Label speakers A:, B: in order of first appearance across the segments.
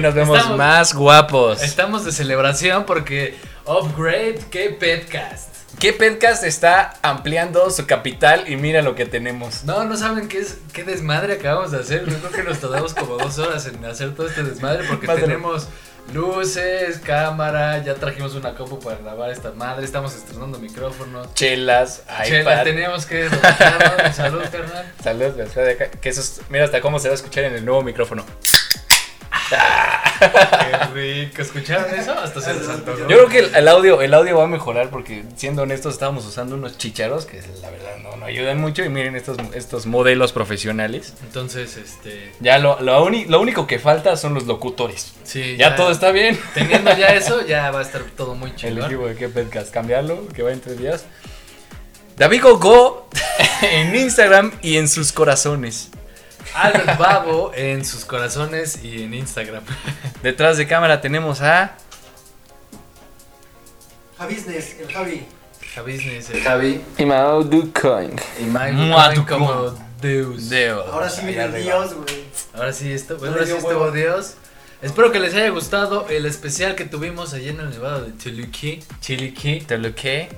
A: nos vemos
B: Estamos-
A: más guapos.
B: Estamos de celebración porque Upgrade, qué podcast.
A: ¿Qué podcast está ampliando su capital y mira lo que tenemos?
B: No, no saben qué es qué desmadre acabamos de hacer. Yo creo que nos tardamos como dos horas en hacer todo este desmadre porque
A: Pásalo.
B: tenemos luces, cámara, ya trajimos una compu para grabar esta madre, estamos estrenando micrófonos.
A: Chelas,
B: Che, la
A: iPad.
B: teníamos que desbloquear. Salud, carnal.
A: Saludos, les voy a dejar- que eso es- mira hasta cómo se va a escuchar en el nuevo micrófono.
B: Qué rico. ¿Escucharon eso? Hasta se les antojó.
A: Yo creo que el, el audio, el audio va a mejorar porque siendo honestos estábamos usando unos chicharos que la verdad no, no ayudan mucho y miren estos, estos modelos profesionales.
B: Entonces, este.
A: Ya lo, lo, uni- lo único que falta son los locutores.
B: Sí.
A: Ya, todo está bien.
B: Teniendo ya eso, ya va a estar todo muy
A: El
B: chido.
A: equipo de qué podcast, cambiarlo, que va en tres días. David Go en Instagram y en sus corazones.
B: Albert Babo en sus corazones y en Instagram.
A: Detrás de cámara tenemos a
C: Javisnes, el Javi.
B: Javisnes.
C: Javi.
D: Y Mao Ducoin.
C: Y Mike.
B: Muatu como Deus.
A: Deo.
C: Ahora sí,
A: Allá
C: miren,
A: arriba.
C: Dios, güey.
B: Ahora sí, esto,
C: No
B: ahora sí
C: le dio
B: estuvo
C: huevo.
B: Dios. Espero que les haya gustado el especial que tuvimos allí en el Nevado de Chiliquí. Chiliquí.
A: Te lo que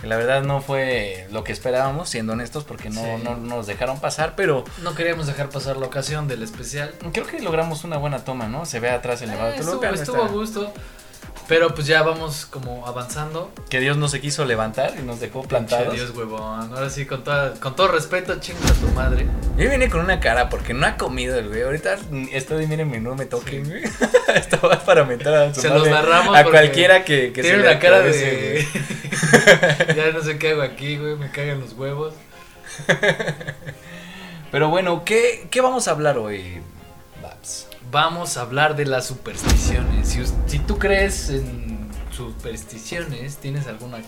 A: que la verdad no fue lo que esperábamos, siendo honestos, porque no,
B: Sí.
A: no nos dejaron pasar, pero
B: No queríamos dejar pasar la ocasión del especial.
A: creo que logramos una buena toma, ¿no? Se ve atrás el Nevado
B: Eh, estuvo
A: Toluca. no
B: estuvo a
A: está-
B: gusto. Pero pues ya vamos como avanzando.
A: Que Dios no se quiso levantar y nos dejó
B: Che,
A: plantados.
B: Dios huevón. Ahora sí, con, toda- con todo respeto, chinga tu madre.
A: Yo vine con una cara porque no ha comido el güey. Ahorita mm, está de miren, no me toquen. güey. Esto va para mentar a su
B: Se
A: madre,
B: los narramos
A: a
B: porque
A: cualquiera que, que
B: Tiene
A: le
B: una cara
A: atraviese,
B: de.
A: güey.
B: ya no sé qué hago aquí, güey. Me cagan los huevos.
A: Pero bueno, ¿qué, ¿qué vamos a hablar hoy, Babs?
B: Vamos a hablar de las supersticiones. Si, us- si tú crees en supersticiones, tienes alguna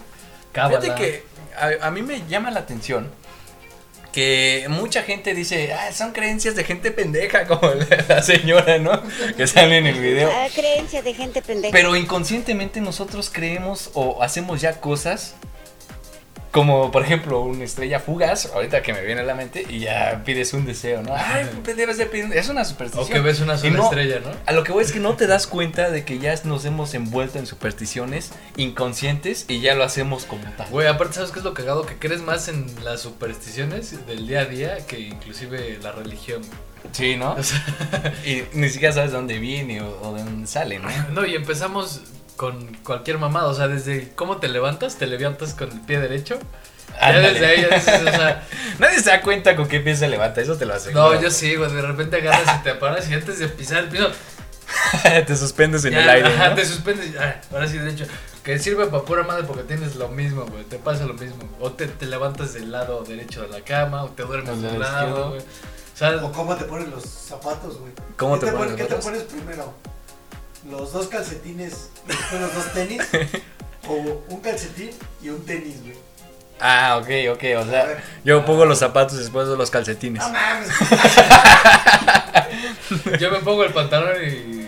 B: cábala.
A: Fíjate que a, a mí me llama la atención que mucha gente dice, ah, son creencias de gente pendeja, como la, la señora, ¿no? Que sale en el video.
E: Ah, creencia de gente pendeja.
A: Pero inconscientemente nosotros creemos o hacemos ya cosas como, por ejemplo, una estrella fugaz, ahorita que me viene a la mente, y ya pides un deseo, ¿no? Ay, debes de pedir, es una
B: O
A: superstición.
B: que ves una
A: Y
B: sola
A: no-
B: estrella, ¿no?
A: A lo que voy es que no te das cuenta de que ya nos hemos envuelto en supersticiones inconscientes y ya lo hacemos como tal.
B: Güey, aparte, ¿sabes qué es lo cagado? Que crees más en las supersticiones del día a día que inclusive la religión.
A: Sí, ¿no?
B: O sea,
A: Y ni siquiera sabes de dónde viene o, o de dónde sale, ¿no?
B: no, y empezamos con cualquier mamada. O sea, desde cómo te levantas, te levantas con el pie derecho. Ya
A: Ándale.
B: desde ahí, ya dices, o sea,
A: Nadie se da cuenta con qué pie se levanta, eso te lo hace.
B: no, yo sí, güey. De repente agarras y te paras y antes de pisar el piso,
A: te suspendes en
B: Ya,
A: el aire.
B: ajá,
A: ¿no?
B: te suspendes. ah, ahora sí, de hecho, que sirve para pura madre porque tienes lo mismo, güey. Te pasa lo mismo. O te, te levantas del lado derecho de la cama, o te duermes
A: Del
B: del
A: lado
B: lado,
A: izquierdo.
B: güey. O sea,
C: O cómo te ponen los zapatos, güey.
A: ¿Cómo
C: ¿Qué
A: te pones los
C: ¿Qué te
A: zapatos?
C: pones primero? ¿Los dos calcetines y después los dos tenis? ¿O un calcetín y un tenis, güey?
A: Ah, ok, ok, o sea, yo pongo los zapatos después de los calcetines.
C: No mames.
B: yo me pongo el pantalón y.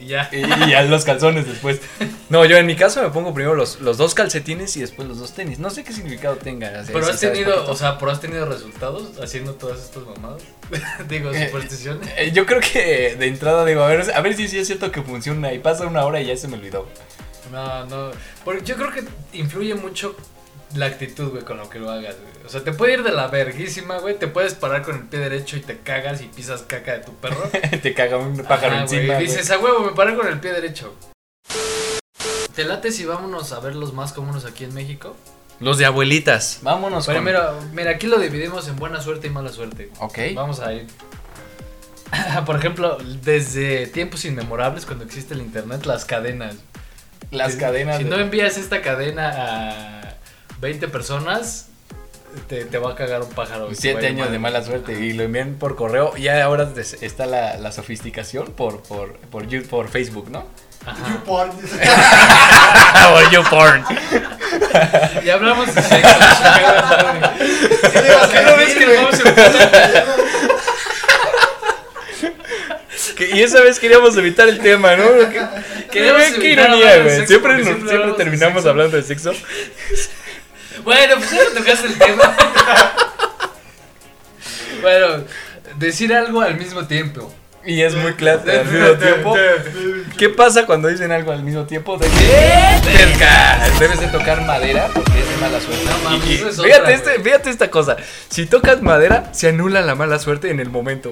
B: Y ya.
A: Y, y a los calzones después. No, yo en mi caso me pongo primero los, los dos calcetines y después los dos tenis. No sé qué significado tenga. o sea,
B: Pero
A: si
B: has
A: sabes
B: tenido,
A: poquito.
B: o sea, pero has tenido resultados haciendo todas estas mamadas. Digo,
A: Eh,
B: supersticiones.
A: Eh, Yo creo que de entrada digo, a ver, a ver si sí es cierto que funciona. Y pasa una hora y ya se me olvidó.
B: No, no. Porque yo creo que influye mucho la actitud, güey, con lo que lo hagas, güey. O sea, te puede ir de la verguísima, güey. Te puedes parar con el pie derecho y te cagas y pisas caca de tu perro.
A: Te caga un pájaro
B: Ajá, Ah, güey,
A: encima. güey.
B: Dices, a huevo, me paré con el pie derecho. ¿Te lates y vámonos a ver los más comunes aquí en México?
A: Los de abuelitas. Vámonos con-
B: Primero, mira, aquí lo dividimos en buena suerte y mala suerte.
A: Ok.
B: Vamos a ir. Por ejemplo, desde tiempos inmemorables, cuando existe el internet, las cadenas.
A: Las
B: Si-
A: cadenas.
B: Si
A: de-
B: no envías esta cadena a 20 personas, te, te va a cagar un pájaro.
A: Pues
B: güey,
A: Siete
B: vale
A: años
B: madre.
A: de mala suerte y lo envían por correo. Ya ahora des- está la, la sofisticación por, por, por, you- por Facebook, ¿no?
C: You
B: Ajá.
C: porn.
A: por YouPorn.
B: Y hablamos de sexo. chingada madre. ¿Por qué no ves que nos vamos en
A: Que- y esa vez queríamos evitar el tema, ¿no? Que,
B: Queríamos
A: vean qué
B: evitar hablar
A: ironía,
B: de
A: güey.
B: sexo
A: Siempre,
B: porque
A: nos-
B: siempre
A: siempre
B: hablamos de
A: terminamos
B: sexo.
A: hablando de sexo.
B: Bueno, pues ya tocaste el tema. bueno, decir algo al mismo tiempo.
A: y es muy claro al mismo tiempo. ¿Qué pasa cuando dicen algo al mismo tiempo? De que "Terca, Debes de tocar madera porque es de mala suerte.
B: No mames,
A: Y-
B: eso es otra,
A: fíjate, este-
B: güey.
A: fíjate esta cosa. Si tocas madera, se anula la mala suerte en el momento.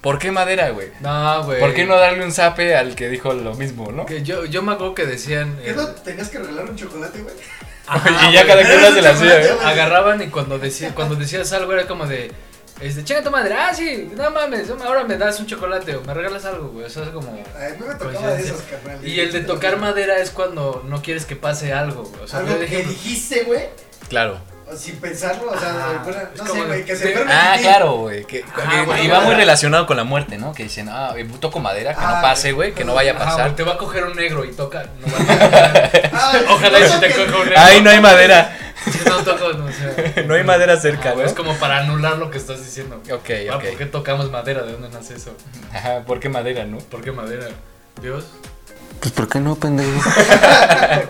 A: ¿Por qué madera, güey?
B: No, güey.
A: ¿Por qué no darle un zape al que dijo lo mismo, no?
B: Que yo, yo me acuerdo que decían.
C: ¿Qué
B: eh,
C: no tenías que regalar un chocolate, güey?
B: ajá,
A: y ya
B: Ah, güey.
A: cada quien lo hace la suya, ¿eh?
B: agarraban y cuando decías, cuando decías algo era como de este, chinga tu madre, ah sí, no mames, no ma- ahora me das un chocolate o me regalas algo, güey. O sea, es como.
C: A mí me
B: Pues
C: tocaba
B: ya
C: de
B: sé.
C: esas, carnal.
B: Y el de tocar madera es cuando no quieres que pase algo, güey. O sea,
C: Algo
B: yo dije, pues,
C: que dijiste, güey,
A: Claro.
C: o sin pensarlo, o sea,
B: Ah,
C: fuera-
B: es
C: no
B: como
C: sé, güey,
B: de-
C: que
B: de-
C: se enferme.
A: Ah,
C: Titi.
A: claro, güey. que-
B: Ajá,
A: y-
B: güey,
A: y va muy
B: madera.
A: relacionado con la muerte, ¿no? Que dicen, ah, toco madera, que no
C: Ah,
A: pase, güey, que no vaya a
B: ajá,
A: pasar.
B: güey, te va a coger un negro y toca. No va a
C: Ah,
B: Ojalá y
C: no
B: se te
C: toques.
B: coja un negro.
A: Ay, no hay madera.
B: Sí, no toco, no, o sea,
A: No hay madera
B: ah,
A: cerca,
B: güey,
A: ¿no?
B: Es como para anular lo que estás diciendo. güey.
A: Ok,
B: Ah,
A: ok.
B: ¿Por qué tocamos madera? ¿De dónde nace eso?
A: Ajá, ¿por qué madera, no?
B: ¿Por qué madera? Dios.
D: Pues ¿por qué no, pendejo?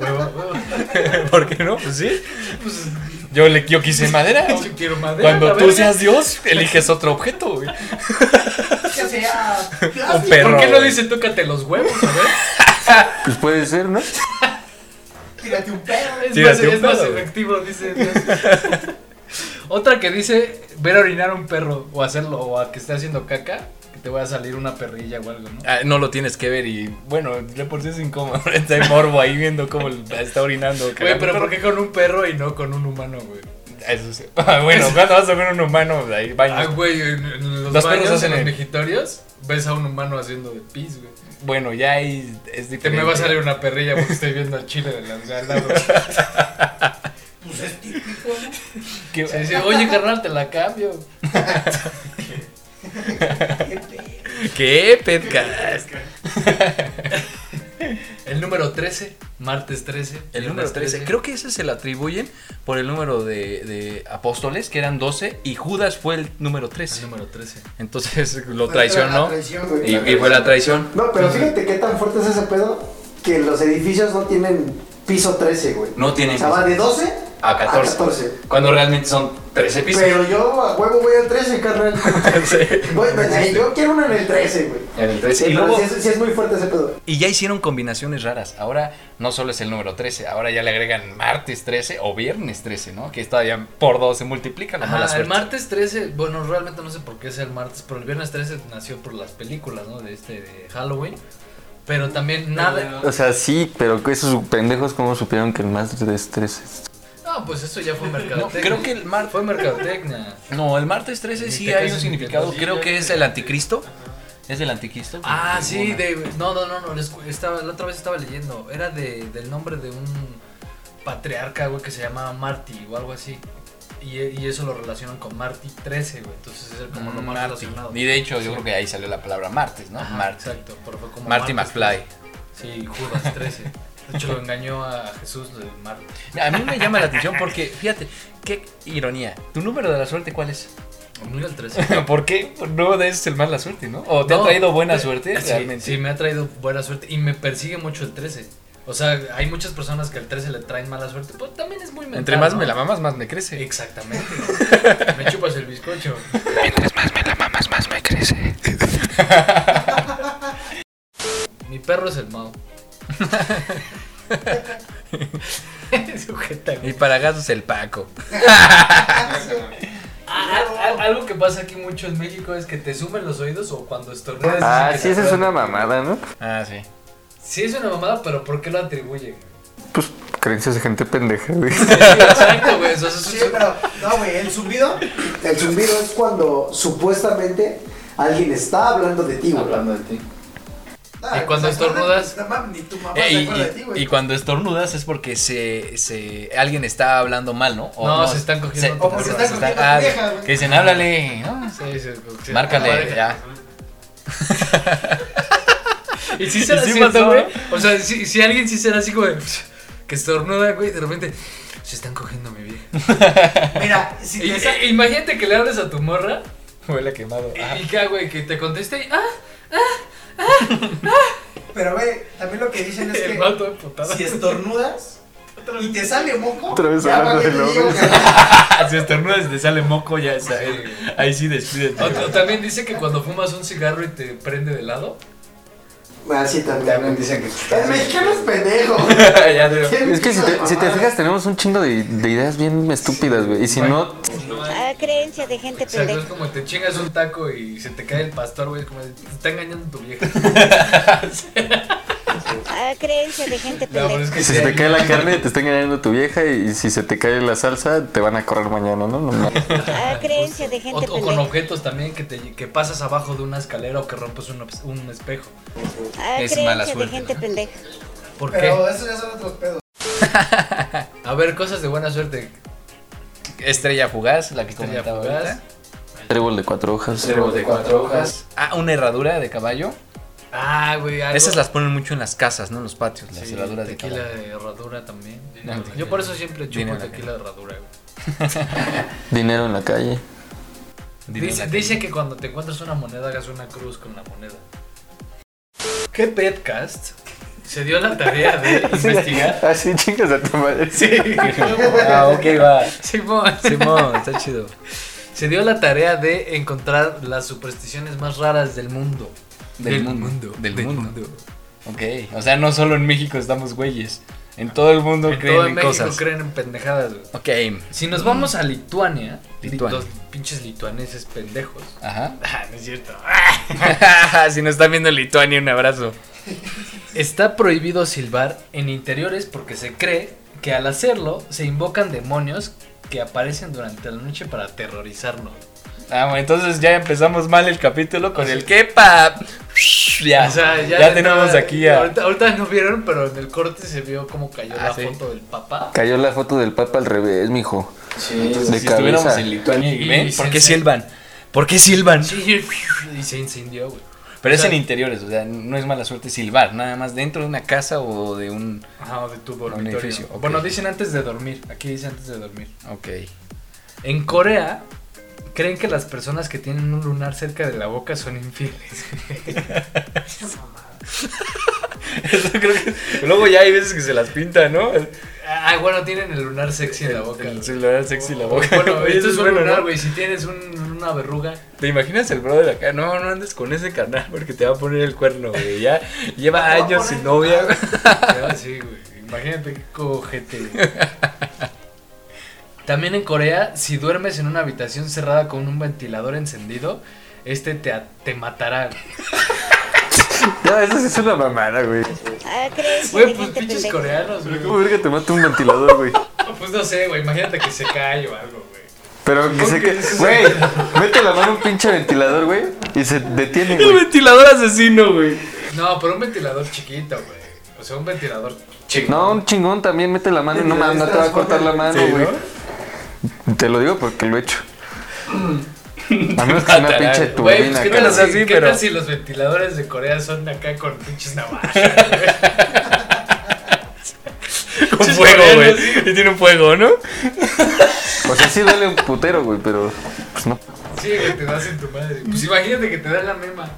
B: Huevo, huevo.
A: ¿Por qué no? Pues sí.
B: Pues,
A: Yo, le, yo quise madera.
B: yo quiero madera. la
A: Cuando tú
B: verga.
A: seas Dios, eliges otro objeto, güey.
C: Que sea
A: O
C: plástico.
A: perro.
B: ¿Por qué no
A: güey.
B: dice tócate los huevos? A ver.
D: Pues puede ser, ¿no?
C: Tírate un perro.
B: Es
A: Tírate
B: más,
A: un
B: es más
A: pedo, güey.
B: efectivo, dice. Dios. Otra que dice ver orinar a un perro o hacerlo o a que esté haciendo caca, que te vaya a salir una perrilla o algo, ¿no?
A: Ah, no lo tienes que ver y, bueno, de por sí es incómodo. Está el morbo ahí viendo cómo está orinando.
B: Güey,
A: cagando.
B: pero ¿por qué con un perro y no con un humano, güey?
A: Eso sí. Ah, Bueno, cuando vas a ver un humano, ahí
B: Ah,
A: baños.
B: güey, en, en los,
A: Los perros
B: baños,
A: hacen
B: en los
A: el-
B: vejitorios, ves a un humano haciendo de pis, güey.
A: Bueno, ya ahí es diferente.
B: Te me va a salir una perrilla porque estoy viendo al chile de la al lado.
C: Pues es típico, ¿no?
A: Que-
B: Se dice, oye, carnal, te la cambio.
C: Qué
A: ¿Qué,
C: perro.
A: Petcast?
B: El número 13, martes 13.
A: El
B: viernes
A: número 13. Creo que ese se le atribuyen por el número de, de apóstoles, que eran 12, y Judas fue el número
B: El
A: 13.
B: número 13.
A: Entonces lo
C: La
A: traicionó
C: traición, güey.
A: y, y fue la traición.
E: No, pero fíjate qué tan fuerte es ese pedo que los edificios no tienen piso 13, güey.
A: No tienen
E: O sea, va
A: piso.
E: de 12
A: A 14. Cuando realmente son 13 pisos.
E: Pero yo a huevo voy al 13, carnal.
A: Sí.
E: Voy, pues, yo quiero una en el 13, güey.
A: En el 13.
E: Sí,
A: Y,
E: pero
A: luego-
E: sí es, sí es muy fuerte ese pedo.
A: y ya hicieron combinaciones raras. Ahora no solo es el número 13, ahora ya le agregan martes 13 o viernes 13, ¿no? Que todavía por dos se multiplica la mala
B: Ajá, el
A: suerte.
B: martes 13, bueno, realmente no sé por qué es el martes, pero el viernes 13 nació por las películas, ¿no? De este de Halloween. Pero también nada.
D: O sea, sí, pero que esos pendejos, ¿cómo supieron que el más de estrés es?
B: No, pues eso ya fue
A: No,
B: mercadotecnia.
A: creo que el mar-
B: fue mercadotecnia.
A: No, el martes 13
B: Ni
A: sí
B: te
A: hay
B: cases,
A: un
B: ni te
A: significado.
B: embolsillas,
A: Creo que es
B: ni
A: el
B: te-
A: anticristo. Es del anticristo.
B: Ah,
A: Porque
B: sí,
A: ninguna.
B: de no, no, no, no, les cu- estaba la otra vez estaba leyendo, era de del nombre de un patriarca, güey, que se llamaba Marty o algo así. Y, e- y eso lo relacionan con Marty 13, güey. Entonces es como lo más
A: Marty.
B: relacionado.
A: Y de hecho, yo
B: Sí.
A: creo que ahí salió la palabra martes, ¿no?
B: Ajá,
A: martes.
B: Exacto, pero fue como
A: Marty
B: martes
A: McFly.
B: Sí, Judas 13. De hecho, lo engañó a Jesús de Marte.
A: A mí me llama la atención porque, fíjate, qué ironía. ¿Tu número de la suerte cuál es?
B: Mira el 13.
A: ¿Por qué no es el más la suerte, no? ¿O te ha
B: No,
A: traído buena
B: eh,
A: suerte
B: sí,
A: realmente?
B: Sí, me ha traído buena suerte y me persigue mucho el 13. O sea, hay muchas personas que al 13 le traen mala suerte, pero también es muy mental,
A: Entre más
B: ¿no?
A: me la mamas, más me crece.
B: Exactamente. me chupas el bizcocho. Mientras más me la mamas, más me crece. Mi perro es el Mao. Sujeta, güey.
A: Y para gatos el Paco.
B: Ah, ah, ah, algo que pasa aquí mucho en México es que te sumen los oídos o cuando estornudas.
D: Ah,
B: dicen
D: sí,
B: que
D: esa
B: te
D: es una
B: aplauden.
D: mamada, ¿no?
A: Ah, sí.
B: Sí, es una mamada, pero ¿por qué lo atribuyen?
D: Pues creencias de gente pendeja, güey.
B: Sí, exacto, güey. Eso es un-
C: Sí, pero, no, güey, el zumbido.
E: El zumbido es cuando supuestamente alguien está hablando de ti, güey.
C: Ah,
B: ¿Y cuando
C: pues,
B: estornudas?
C: No mames, ni tu mamá
A: Eh,
C: se
A: y,
C: acuerda de
A: y-
C: ti, güey.
A: y cuando estornudas es porque se, se alguien está hablando mal, ¿no?
B: No, se están cogiendo
A: se-
B: otro.
A: o se
B: O se
C: están
A: están-
C: cogiendo
A: ah,
C: pareja, güey.
A: que dicen, háblale, Ah. ¿no?
B: Sí, sí, sí.
A: Márcale, ya.
B: Y sí será
A: Y sí
B: así,
A: pasó,
B: güey. O sea, si, si alguien sí será así, güey. Que estornuda, güey, de repente. Se están cogiendo a mi vieja.
C: Mira, si
B: Y-
C: te sa-
B: e- imagínate que le hables a tu morra
A: Huele a quemado.
B: y-
A: Ah.
B: y que, güey, que te conteste y. ¡Ah!
C: Pero, güey, también lo que dicen es
B: El
C: que
B: vato de putada.
C: si estornudas, y te sale moco.
D: Otra vez
C: ya,
D: hablando
C: ¿para qué
D: de
C: te
D: lo-
C: digo, carnal?
A: Ah, si estornudas y te sale moco, ya sabes. Ahí sí despídete.
B: O- o también dice que cuando fumas un cigarro y te prende de lado.
E: Ah, sí, también.
A: También dicen que-
E: El mexicano es pendejo.
A: ya veo.
E: ¿Quién
D: Es que si
E: hizo
D: te, si te
E: mamadas?
D: fijas tenemos un chingo de, de ideas bien estúpidas, güey. Y si no,
F: Ah, creencia de gente
B: pues, O sea, no es
F: pendeja.
B: como te chingas un taco y se te cae el pastor, güey. es Como de, te está engañando tu vieja.
F: Ah, creencia de gente
B: No, pero es
F: pendeja.
B: que
D: si
B: sí
D: se te
B: hay-
D: cae la carne, te está engañando tu vieja. Y si se te cae la salsa, te van a correr mañana, ¿no? No mames.
F: Ah, creencia de
B: O,
F: gente
B: o con
F: pendeja.
B: objetos también que, te, que pasas abajo de una escalera o que rompes un, obs- un espejo.
F: Ah,
A: Es mala
F: creencia de
A: suerte,
F: gente pendeja.
B: ¿Por
C: Pero
B: qué?
C: eso ya son otros pedos.
B: A ver, cosas de buena suerte.
A: Estrella fugaz, la que
B: Estrella
A: comentaba
B: fugaz.
A: ahorita.
D: Trébol de cuatro hojas.
A: Trébol de cuatro hojas. Ah, una herradura de caballo.
B: Ah, güey. algo-
A: Esas las ponen mucho en las casas, ¿no? En los patios, las
B: Sí,
A: herraduras de
B: tequila
A: caballo.
B: de, herradura también.
A: No,
B: Yo
A: tequila.
B: por eso siempre chupo
A: Dinero.
B: tequila de herradura, güey.
D: Dinero en la calle.
B: Dice,
A: Dinero.
B: dice que cuando te encuentras una moneda hagas una cruz con la moneda. ¿Qué podcast se dio la tarea de investigar?
D: Así Ah, chingas a tu madre.
B: Sí,
A: Ah, ok, va.
B: Simón.
A: Simón, está chido.
B: Se dio la tarea de encontrar las supersticiones más raras del mundo.
A: Del mundo, del mundo.
B: mundo.
A: Ok, o sea, no solo en México estamos güeyes. En todo el mundo
B: En
A: creen
B: todo
A: en
B: México
A: cosas.
B: creen en pendejadas, güey.
A: Ok,
B: Si nos vamos a Lituania,
A: Lituania.
B: los pinches lituaneses pendejos.
A: ajá.
B: Ah, no es cierto.
A: si nos están viendo en Lituania, un abrazo.
B: Está prohibido silbar en interiores porque se cree que al hacerlo se invocan demonios que aparecen durante la noche para aterrorizarnos.
A: Ah, bueno, entonces ya empezamos mal el capítulo con el quepa. Ya,
B: O sea,
A: ya, tenemos aquí a...
B: Ahorita, ahorita no vieron, pero en el corte se vio cómo cayó
A: Ah,
B: la
A: sí.
B: foto del papá.
D: Cayó la foto del papa al revés, mijo.
A: Entonces,
D: de
A: si estuviéramos
D: cabeza.
A: en Lituania,
B: Y-
A: ¿ven?
B: y
A: ¿Por
B: se-
A: qué
B: se-
A: silban? ¿Por qué silban?
B: Sí, y se incendió, güey.
A: Pero
B: o
A: es
B: sea-
A: en interiores, o sea, no es mala suerte silbar, nada más dentro de una casa o de un...
B: Ajá, de tu
A: dormitorio.
B: dormitorio.
A: ok.
B: Bueno, dicen antes de dormir. Aquí dice antes de dormir.
A: Ok.
B: En Corea, creen que las personas que tienen un lunar cerca de la boca son infieles.
A: Eso creo que- Luego ya hay veces que se las pinta, ¿no?
B: Ah, bueno, tienen el lunar sexy en la
A: El-
B: boca.
A: el
B: güey.
A: celular sexy en la boca.
B: Bueno,
A: Oye, eso
B: esto es
A: es
B: un
A: bueno,
B: lunar,
A: ¿no?
B: güey. Si tienes un- una verruga.
A: ¿Te imaginas el brother acá? No, no andes con ese carnal porque te va a poner el cuerno, güey. Ya lleva
C: Te va a
A: años
C: poner-
A: sin novia. güey.
B: ya, sí, güey. Imagínate qué cojete. güey. También en Corea, si duermes en una habitación cerrada con un ventilador encendido, este te, a- te matará. güey.
D: Ya, eso sí es una mamada, güey.
F: Ah, creencia
B: Güey,
F: de
B: pues
F: gente
B: pinches
F: pendeja.
B: coreanos, güey.
D: ¿Cómo verga te mata un ventilador, güey?
B: Pues no sé, güey. Imagínate que se cae o algo, güey.
D: Pero que se
B: Porque
D: que.
B: eso-
D: Güey, mete la mano a un pinche ventilador, güey. Y se detiene,
A: El
D: güey.
A: ventilador asesino, güey.
B: No, pero un ventilador chiquito, güey. O sea, un ventilador chiquito.
D: No, un chingón también mete la mano. No mames, no te va a cortar la mano,
A: Sí,
D: güey. Te lo digo porque lo he hecho. A menos que sea una
A: Matarán.
D: pinche
B: Güey, pues,
D: turbina,
B: ¿qué
A: cara.
B: tal,
A: O sea,
B: si,
A: sí,
B: qué
A: pero-
B: tal si los ventiladores de Corea son acá con pinches navajas? güey?
A: Con
B: Sí,
A: fuego,
B: coreano,
A: güey. Y tiene un fuego, ¿no?
D: O sea, sí duele un putero, güey, pero. Pues no.
B: Sí, güey, te das en tu madre. Pues imagínate que te da la mema.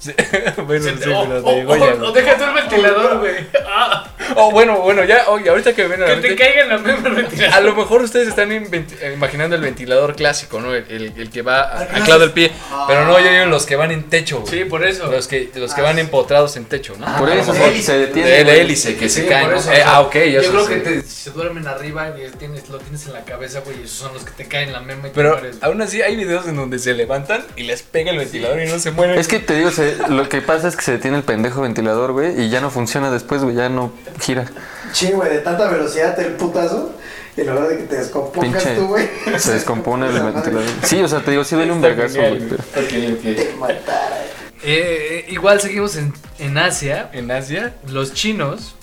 A: Sí. bueno,
B: Se
A: sí,
B: te-
A: pero
B: oh,
A: te digo
B: oh,
A: ya,
B: oh,
A: güey.
B: oh, deja tú el ventilador, güey. Ah,
A: Oh, bueno, bueno, ya, oye, ahorita que me viene a
B: que
A: la
B: te
A: mente,
B: caiga en la mema el
A: A
B: ventilador.
A: lo mejor ustedes están invent- imaginando el ventilador clásico, ¿no? El, el- el que va a-
C: Ah,
A: anclado al pie. Pero no, yo digo los que van en techo, güey.
B: Sí, ah, por eso.
A: Los que, los que van empotrados en techo, ¿no?
B: Ah,
D: Por eso
C: de
D: se-
C: hélice.
D: se detiene.
A: De la
D: güey.
A: hélice, que
B: Sí,
A: se caen.
B: por
A: ¿no?
B: eso,
A: Eh,
B: o sea,
A: ah, ok, ya
B: Yo
A: sé,
B: creo
A: sí.
B: que te, se duermen arriba y tienes, lo tienes en la cabeza, güey. Y esos son los que te caen en la mema y te
A: Pero
B: mueres, güey.
A: aún así hay videos en donde se levantan y les pega el ventilador y no se mueren.
D: Es que te digo, se- lo que pasa es que se detiene el pendejo ventilador, güey, y ya no funciona después, güey, ya no gira.
E: Sí, güey, de tanta velocidad te el putazo. Y la verdad de que te descompongas
D: Pinche.
E: tú, güey.
D: Se descompone el
E: Esa madre
D: ventilador. Sí, o sea, te digo, sí duele un vergazo, güey. pero-
E: Te matara.
A: ah,
B: Eh, eh, igual seguimos en, en Asia.
A: En Asia,
B: Los chinos,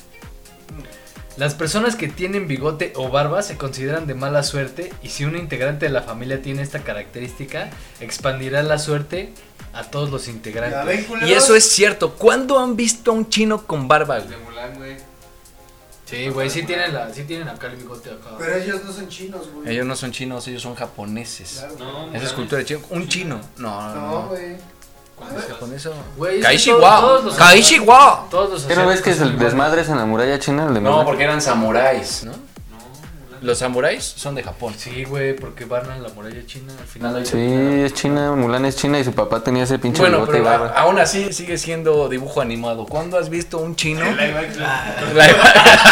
B: las personas que tienen bigote o barba se consideran de mala suerte y si un integrante de la familia tiene esta característica, expandirá la suerte a todos los
C: Ya
B: integrantes.
C: ven, culeros.
A: Y eso es cierto. ¿Cuándo han visto a un chino con barba, güey?
B: Sí, güey, sí tienen, la, sí tienen acá el bigote acá.
C: Pero ellos no son chinos, güey.
A: Ellos no son chinos, ellos son japoneses.
C: Claro.
A: Esa es cultura de chino. Un chino. No,
C: No,
A: no. no.
C: güey.
A: ¿Es japonés o-
B: Güey, es que
A: Kaishi
B: todo-
A: wa.
B: todos los-
A: Kaishi wa.
B: Todos los
D: Pero ves
B: asiáticos
D: que es
B: son
D: el
B: iguales.
D: desmadre es en la muralla china, el de Madrid?
A: eran samuráis, ¿no? Los samuráis son de Japón.
B: Sí, güey, porque van a la muralla china al final. hay-
D: Sí, es china, Mulan es china y su papá tenía ese pinche
A: Bueno,
D: bigote y
A: pero a-
D: barba.
A: aún así sigue siendo dibujo animado. ¿Cuándo has visto un chino?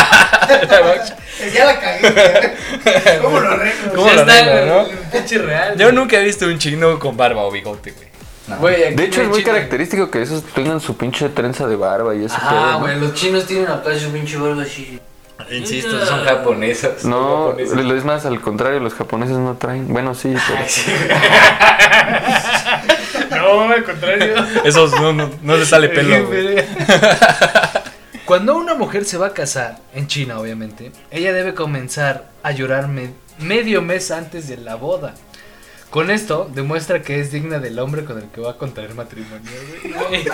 C: Ya Ah, la cagué. ¿Cómo lo arreglo?
A: ¿Cómo
B: Ya
A: lo
B: está,
A: arregla,
B: güey, Pinche real.
A: Yo nunca he visto un chino con barba o bigote, güey.
B: Güey, aquí
D: De
B: no
D: hecho, es
B: hay
D: muy
B: chino.
D: característico que esos tengan su pinche trenza de barba y ese
B: Ah,
D: pedo,
B: güey, los chinos tienen acá su pinche barba así. Insisto, son japonesas.
D: No, lo es más al contrario, los japoneses no traen. Bueno, sí, pero.
B: No, al contrario.
A: Esos no, no, no le sale pelo, güey.
B: Cuando una mujer se va a casar, en China obviamente, ella debe comenzar a llorar me- medio mes antes de la boda. Con esto demuestra que es digna del hombre con el que va a contraer matrimonio. güey.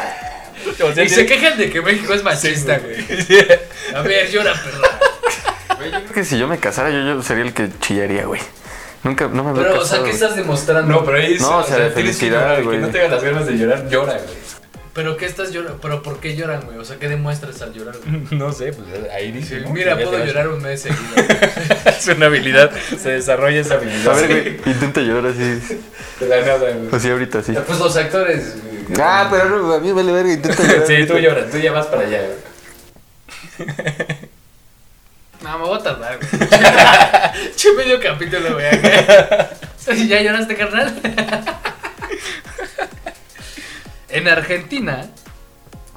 A: O sea,
B: y se
A: tiene-
B: quejan de que México es machista, güey. A ver, llora, perra.
D: Creo que si yo me casara, yo, yo sería el que chillaría, güey. Nunca, no me había
B: Pero, o sea,
D: casado,
B: ¿qué
D: güey.
B: estás demostrando?
A: No, pero ahí
D: No, o sea, de
A: tienes que
D: felicidad,
A: llorar, que
D: güey.
A: no tengas las ganas de llorar, llora, güey.
B: ¿Pero qué estás llorando? ¿Pero por qué lloran, güey? O sea, ¿qué demuestras al llorar, güey?
A: No sé, pues ahí
B: Sí,
A: dice. ¿no?
B: mira,
A: Que ya te
B: puedo
A: vas-
B: llorar un mes seguido. güey.
A: es una habilidad, se desarrolla esa habilidad.
D: A ver, güey, intenta llorar así,
A: De la nada, güey.
D: así ahorita, así.
B: Pues los actores, güey.
D: Ah, pero no, a mí me vale verga, intenta llorar.
A: Sí, tú lloras, tú ya vas para allá, güey.
B: No, me voy a tardar, güey. che, medio capítulo, güey. acá. ¿Ya lloraste, carnal? en Argentina,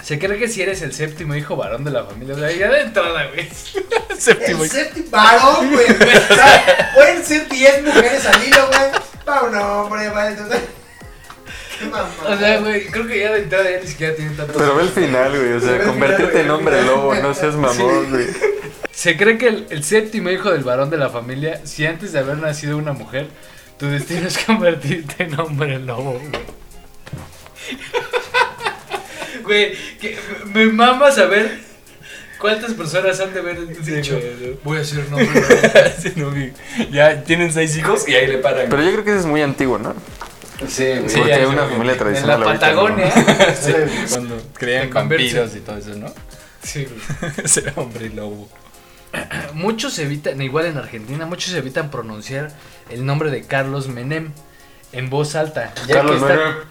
B: se cree que si eres el séptimo hijo varón de la familia. O sea, ya de entrada, güey.
A: Séptimo.
C: El séptimo varón, güey. O sea, Pueden ser 10 mujeres al hilo, güey. Va un hombre, va entonces. Qué mamá.
B: O sea, güey, creo que ya de entrada ya ni siquiera tienen tanto.
D: Pero ve el final, güey, o
C: Ve el
D: sea,
C: final,
D: convertirte
C: güey,
D: en
C: ve el
D: hombre
C: final.
D: lobo, no seas mamón, güey.
B: Se cree que el, el séptimo hijo del varón de la familia, si antes de haber nacido una mujer, tu destino es convertirte en hombre lobo, güey. Güey, que- me mama saber cuántas personas han de haber dicho, voy a ser un hombre lobo.
A: Sí, no, güey. ya tienen seis hijos y ahí le paran.
D: Pero yo creo que eso es muy antiguo, ¿no?
A: sí, güey.
D: Porque
A: ya,
D: hay
A: sí,
D: una
A: güey.
D: familia
B: En la
D: tradicional ahorita, ¿no?
B: Patagonia.
A: Sí, cuando creían
B: Te conviertes.
A: vampiros y todo eso, ¿no?
B: Sí, güey.
A: Ser hombre lobo.
B: Muchos evitan, igual en Argentina, muchos evitan pronunciar el nombre de Carlos Menem en voz alta. ya
D: Carlos
B: que está-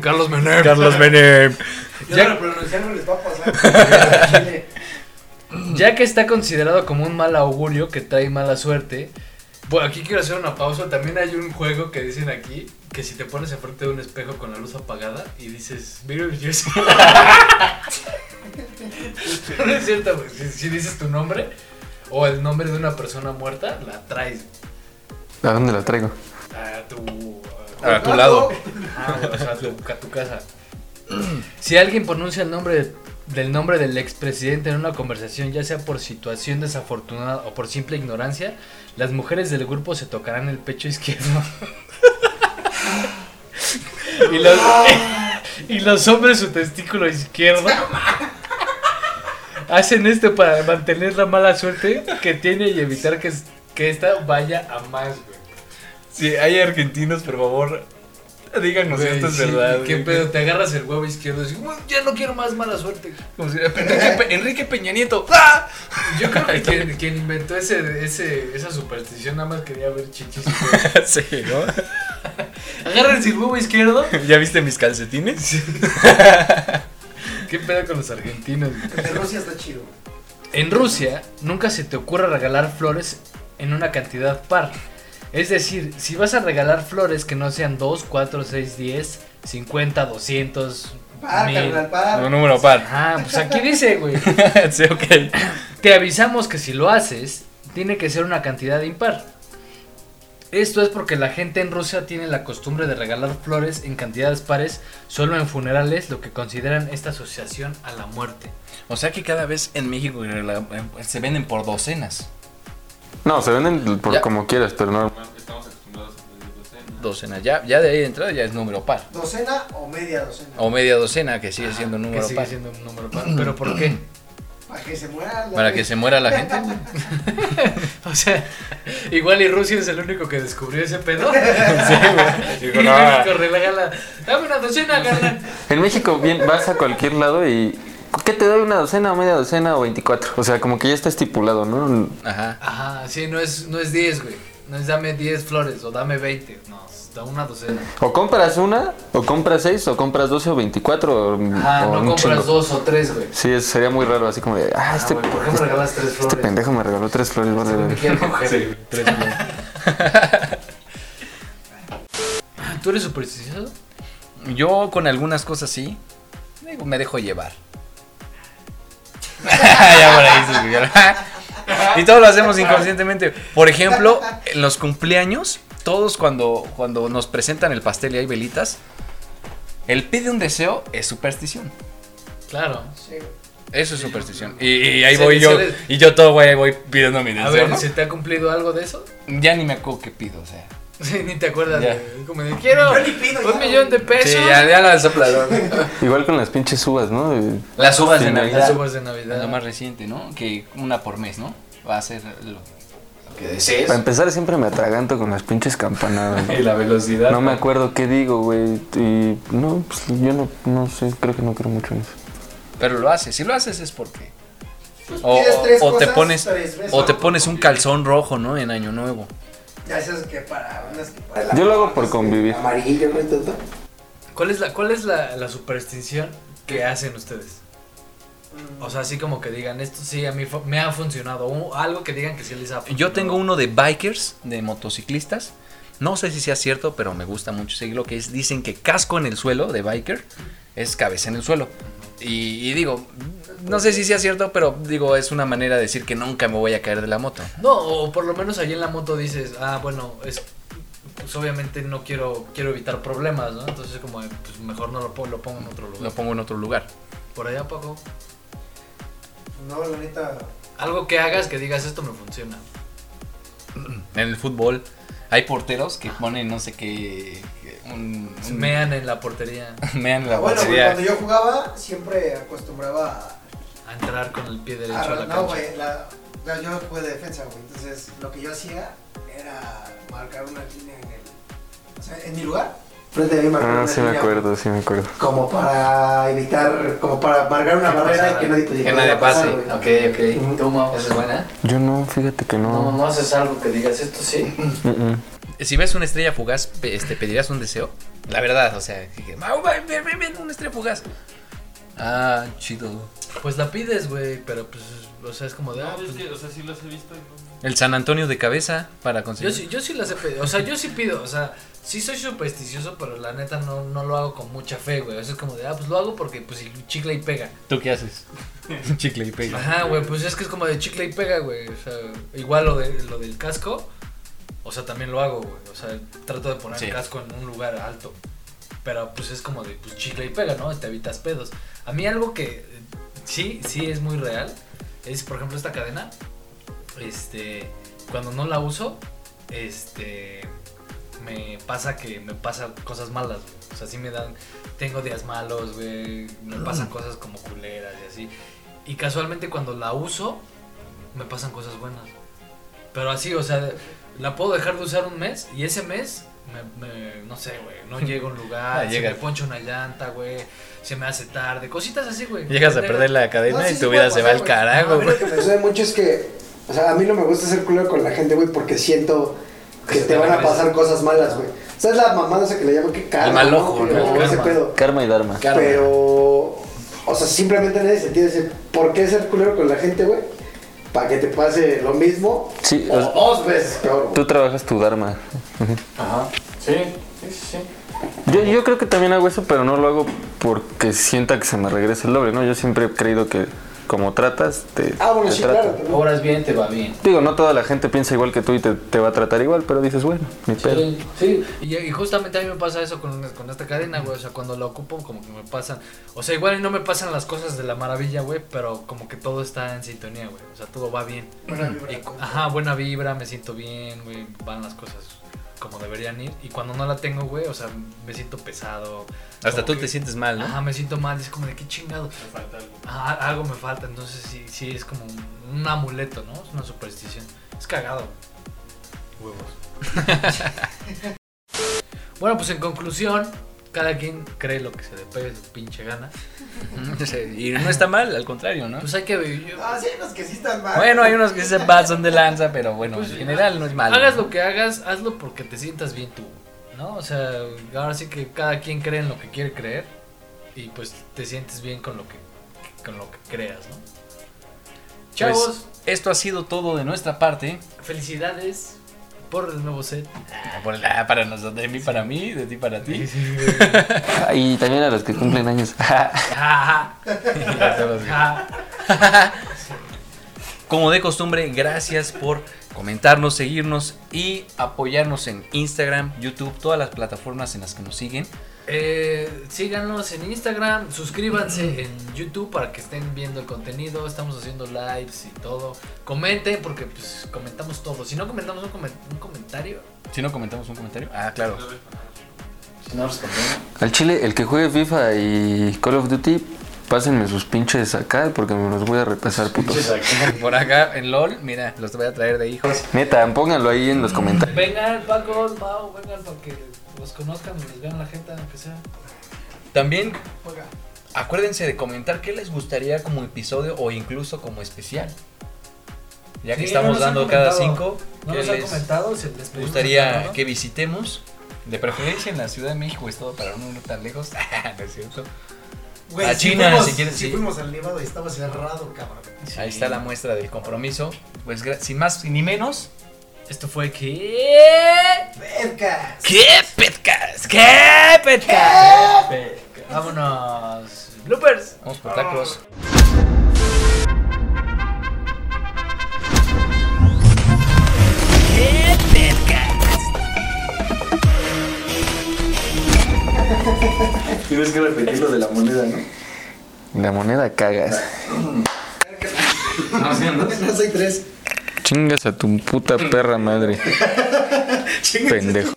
B: Carlos Menem.
A: Menem.
C: Yo para pronunciar no les va a pasar. güey, al chile.
B: Ya que está considerado como un mal augurio que trae mala suerte. Bueno, aquí quiero hacer una pausa. También hay un juego que dicen aquí que si te pones enfrente de un espejo con la luz apagada y dices, Mirror yourself". no es cierto, güey. Si, si dices tu nombre o el nombre de una persona muerta, la traes
D: ¿A dónde la traigo?
B: a tu.
A: A tu lado.
B: Ah, bueno, o sea, a tu, a tu casa. Si alguien pronuncia el nombre de- del nombre del expresidente en una conversación, ya sea por situación desafortunada o por simple ignorancia, las mujeres del grupo se tocarán el pecho izquierdo. y, los, y los hombres su testículo izquierdo. Hacen esto para mantener la mala suerte que tiene y evitar que, que esta vaya a más, güey.
A: Si hay argentinos, por favor, díganos si
B: Güey,
A: esto es
B: sí,
A: verdad.
B: ¿Qué
A: güey.
B: pedo? Te agarras el huevo izquierdo y dices, "Uy, ya no quiero más mala suerte.
A: Como si- Enrique, Pe- Enrique Peña Nieto. ¡Ah!
B: Yo creo que quien, quien inventó ese, ese, esa superstición nada más quería ver chichis.
A: Sí, ¿no?
B: Agárrense el huevo izquierdo.
A: ¿Ya viste mis calcetines?
B: ¿Qué pedo con los argentinos? güey?
C: El de Rusia está chido.
B: En Rusia, nunca se te ocurra regalar flores en una cantidad par. Es decir, si vas a regalar flores que no sean 2, 4, 6, 10, 50, 200,
C: Par,
B: 1000.
C: carnal, par.
A: Un número par.
B: Ajá, pues aquí dice, güey.
A: Sí, ok.
B: Te avisamos que si lo haces, tiene que ser una cantidad impar. Esto es porque la gente en Rusia tiene la costumbre de regalar flores en cantidades pares solo en funerales, lo que consideran esta asociación a la muerte.
A: O sea que cada vez en México se venden por docenas.
D: No, se venden por
A: Ya.
D: como quieras, pero no.
A: Docenas, ya, ya de ahí de entrada ya es número par.
C: ¿Docena o media docena?
A: O media docena, que sigue siendo un
B: que
A: número
B: sigue
A: par.
B: siendo un número par. ¿Pero por qué?
C: Para que se muera. la
A: Para
C: vez.
A: que se muera la gente.
B: O sea, igual y Rusia es el único que descubrió ese pedo. Y
A: Digo, no. ah".
B: México regala, dame una docena, carnal.
D: En México bien, vas a cualquier lado y ¿Qué te doy una docena o media docena o 24? O sea, como que ya está estipulado, ¿no?
A: Ajá.
B: Ajá, sí, no es, no es 10, güey. No es dame 10 flores o dame 20. No, es da una docena.
D: O compras una, o compras seis, o compras 12 o 24. O,
B: Ah,
D: o
B: no
D: un
B: compras
D: chingo.
B: dos o tres, güey.
D: Sí, eso sería muy raro, así como de, ah,
B: Ah,
D: este,
B: güey, ¿Por qué me regalas tres
D: este
B: flores?
D: pendejo me regaló tres flores, vale,
B: Este güey
D: vale.
B: me quiere coger.
A: tres millones.
B: ¿Tú eres supersticioso?
A: Yo con algunas cosas sí. Digo, me dejo llevar. ya por ahí se escribieron. y todo lo hacemos inconscientemente. Por ejemplo, en los cumpleaños, todos cuando, cuando nos presentan el pastel y hay velitas, el pide un deseo es superstición.
B: Claro.
A: Eso es superstición. Y, y ahí
B: Se-
A: voy
B: se
A: yo.
B: les-
A: Y yo todo voy, voy pidiendo mi
B: A
A: deseo.
B: ver,
A: ¿no?
B: ¿se te ha cumplido algo de eso?
A: Ya ni me acuerdo qué pido, o sea.
B: Sí, ni te acuerdas.
A: Ya.
B: güey. Como de, quiero
C: Yo ni pido, ya,
B: un millón de
C: güey.
B: pesos.
A: Sí, ya, ya la soplador.
D: Igual con las pinches uvas, ¿no? De-
A: Las uvas de
D: Sí,
B: Las
A: Navidad.
B: uvas de Navidad.
A: Lo más reciente, ¿no? Que una por mes, ¿no? Va a ser lo que
D: Para
A: desees.
D: empezar, siempre me atraganto con las pinches campanadas. güey.
A: la velocidad.
D: No me acuerdo qué digo, güey. Y no, pues, yo no, no sé, creo que no creo mucho en eso.
A: Pero lo haces. Si lo haces es porque.
C: Pues
A: O,
C: pides tres
A: o- o te
C: cosas,
A: pones
C: tres veces.
A: o te pones un calzón rojo, ¿no? En Año Nuevo.
C: Ya esas que para, unas que para.
D: Yo lo hago por convivir.
E: Amarillo, güey, todo.
B: ¿Cuál es la, cuál es la, la superstición que hacen ustedes? O sea, así como que digan, esto sí a mí fu- me ha funcionado. o algo que digan que sí les ha funcionado.
A: Yo tengo uno de bikers, de motociclistas. No sé si sea cierto, pero me gusta mucho seguirlo. Que es, dicen que casco en el suelo de biker es cabeza en el suelo. Y, y digo, no sé si sea cierto, pero digo, es una manera de decir que nunca me voy a caer de la moto.
B: No, o por lo menos allí en la moto dices, ah, bueno, es pues obviamente no quiero quiero evitar problemas, ¿no? Entonces como eh, pues mejor no lo pongo, lo pongo en otro lugar.
A: Lo pongo en otro lugar.
B: Por allá Paco,
C: No, la neta.
B: algo que hagas que digas esto me funciona.
A: En el fútbol hay porteros que ponen no sé qué. Un,
B: Se
A: un-
B: mean en la portería
A: mean la
C: Ah, bueno, güey,
A: portería.
C: cuando yo jugaba, siempre acostumbraba a.
B: a entrar con el pie derecho a,
C: Ah,
B: la cancha.
C: no, güey, la- no, yo jugué de defensa, güey. Entonces, lo que yo hacía era marcar una línea en el. O sea, en mi lugar.
E: Frente a mí marcó
D: Ah,
E: una
D: sí me
E: línea
D: acuerdo, sí me acuerdo.
E: Como para evitar, como para marcar una
B: Que
E: barrera
B: pasara.
E: y que nadie te
A: Que
E: llegara
A: nadie
E: a pasar,
A: pase.
E: güey.
A: Ok,
E: Ujú.
A: ok. Toma.
B: Esa es buena.
D: Yo no, fíjate que no.
B: haces algo que digas esto sí.
D: Mm, mm.
A: Si ves una estrella fugaz, pe- este, ¿pedirías un deseo? La verdad, o sea, que- que, "Mau, va, ven, ven, ven, una estrella fugaz. Ah, chido.
B: Pues la pides, güey, pero pues, o sea, es como de, ah,
G: No, yo es
B: pues,
G: que, o sea, sí los he visto. y no-
A: El San Antonio de cabeza para conseguir.
B: yo sí, yo sí las he pedido, o sea, yo sí pido, o sea, sí soy supersticioso, pero la neta no, no lo hago con mucha fe, güey, o sea, es como de, ah, pues lo hago porque, pues, y chicle y pega.
A: ¿Tú qué haces? Chicle y pega.
B: Ajá, güey, pues es que es como de chicle y pega, güey, o sea, igual lo, de, lo del casco, o sea, también lo hago, güey, o sea, trato de poner
A: Sí.
B: el casco en un lugar alto, pero pues es como de, pues, chicle y pega, ¿no? Te evitas pedos. A mí algo que eh, sí, sí es muy real, es, por ejemplo, esta cadena, este, cuando no la uso, este, me pasa que me pasan cosas malas, güey. o sea, sí me dan, tengo días malos, güey,
A: Ah.
B: me pasan cosas como culeras y así, y casualmente cuando la uso, me pasan cosas buenas, pero así, o sea, la puedo dejar de usar un mes y ese mes, me, me- no sé, güey, no llego a un lugar,
A: Ah,
B: se
A: llega.
B: me poncho una llanta, güey, se me hace tarde, cositas así, güey.
A: Llegas a perder la cadena
C: No, sí,
A: y
C: sí
A: tu
C: puede
A: vida se va
C: pasar,
A: al
C: güey.
A: carajo,
C: No,
A: güey.
E: Lo que me sucede mucho es que, o sea, a mí no me gusta ser culero con la gente, güey, porque siento que te van a pasar cosas malas, güey. O sea, es la mamada esa que le llaman que karma,
A: El mal ojo,
E: Que
A: ¿no?
E: como ese
B: Karma.
E: pedo.
D: Karma y Dharma.
A: Karma.
E: Pero, o sea, simplemente en ese sentido, decir, ¿por qué ser culero con la gente, güey? Para que te pase lo mismo
D: Sí,
E: o
D: o sea,
E: dos veces peor, güey.
D: Tú trabajas tu Dharma.
E: Ajá.
G: Sí, sí, sí. sí.
D: Yo, yo creo que también hago eso, pero no lo hago porque sienta que se me regrese el doble, ¿no? Yo siempre he creído que como tratas, te,
E: Ah, bueno,
D: te
E: sí,
D: trata.
E: claro. también.
B: Obras bien, te va bien.
D: Digo, no toda la gente piensa igual que tú y te, te va a tratar igual, pero dices, bueno, mi pedo.
B: Sí, y, y justamente a mí me pasa eso con, con esta cadena, güey. O sea, cuando la ocupo, como que me pasan. O sea, igual y no me pasan las cosas de la maravilla, güey, pero como que todo está en sintonía, güey. O sea, todo va bien.
C: Buena
B: Y
C: vibra.
B: cu- ajá, buena vibra, me siento bien, güey. Van las cosas como deberían ir. Y cuando no la tengo, güey, o sea, me siento pesado.
A: Hasta
B: como
A: tú
B: que-
A: te sientes mal, ¿no?
B: Ajá, me siento mal. Es como de qué chingado.
G: Me falta algo.
B: Ajá, algo me falta. Entonces, sí, sí, es como un, un amuleto, ¿no? Es una superstición. Es cagado. Huevos. bueno, pues en conclusión, cada quien cree lo que se le pegue su pinche gana.
A: Y no está mal, al contrario, ¿no?
B: Pues hay que vivir.
C: Ah, sí, los que sí están mal.
A: Bueno, hay unos que se pasan de lanza, pero bueno,
B: Pues,
A: en general no es malo.
B: Hagas lo que hagas, hazlo porque te sientas bien tú, ¿no? O sea, ahora sí que cada quien cree en lo que quiere creer y pues te sientes bien con lo que con lo que creas, ¿no? Chavos,
A: Pues, esto ha sido todo de nuestra parte.
B: felicidades por el nuevo set.
A: Por- ah, Para nosotros, de mí para mí, de ti para ti.
D: Y también a los que cumplen años.
B: Ajá,
A: Ya todos bien.
B: ajá.
A: Como de costumbre, gracias por comentarnos, seguirnos y apoyarnos en Instagram, YouTube, todas las plataformas en las que nos siguen.
B: Eh, síganos en Instagram, suscríbanse en YouTube para que estén viendo el contenido, estamos haciendo lives y todo. Comenten porque pues comentamos todo. Si no comentamos un, comen- un comentario,
A: Si no comentamos un comentario. Ah, claro.
C: No los comprendo.
D: Al Chile, el que juegue FIFA y Call of Duty, pásenme sus pinches acá porque me los voy a repasar, putos.
A: Por acá en LOL, mira, los voy a traer de hijos.
D: Neta, pónganlo ahí en los comentarios.
B: Vengan, Paco, Pau, vengan para que los conozcan y les vean la gente, aunque sea.
A: También
C: Oiga.
A: acuérdense de comentar qué les gustaría como episodio o incluso como especial. Ya que
B: Sí, no
A: estamos
B: nos han
A: dando cada
B: comentado.
A: cinco,
B: No
A: ¿qué
B: nos han
A: les
B: comentado, se les pedimos
A: gustaría
B: aclarado.
A: que visitemos? De preferencia en la Ciudad de México, es todo para no ir tan lejos. no es cierto.
C: Güey,
A: A
C: sí
A: China,
C: fuimos-
A: si quieres,
C: sí
A: sí.
C: fuimos al Nevado y estaba cerrado, cabrón.
B: Sí.
A: Ahí está la muestra del compromiso. Pues gra- sin más ni menos.
B: Esto fue que.
C: Verga.
A: ¡Qué podcast! ¡Qué podcast!
B: Vámonos. Bloopers.
A: Vamos por tacos.
H: Tienes que repetir lo de la moneda, ¿no?
D: La moneda cagas.
E: No soy tres.
D: Chingas a tu puta perra madre. Pendejo.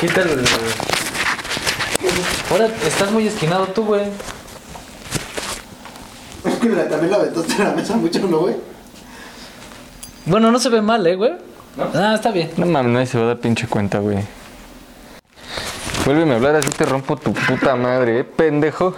B: Quítale. el- Ahora estás muy esquinado tú, güey.
E: Es que la- también la aventaste a la mesa mucho, ¿no, güey?
B: Bueno, no se ve mal, ¿eh, güey? Ah, está bien.
D: No mames, nadie se va a dar pinche cuenta, güey. Vuélveme a hablar así te rompo tu puta madre, ¿eh, pendejo.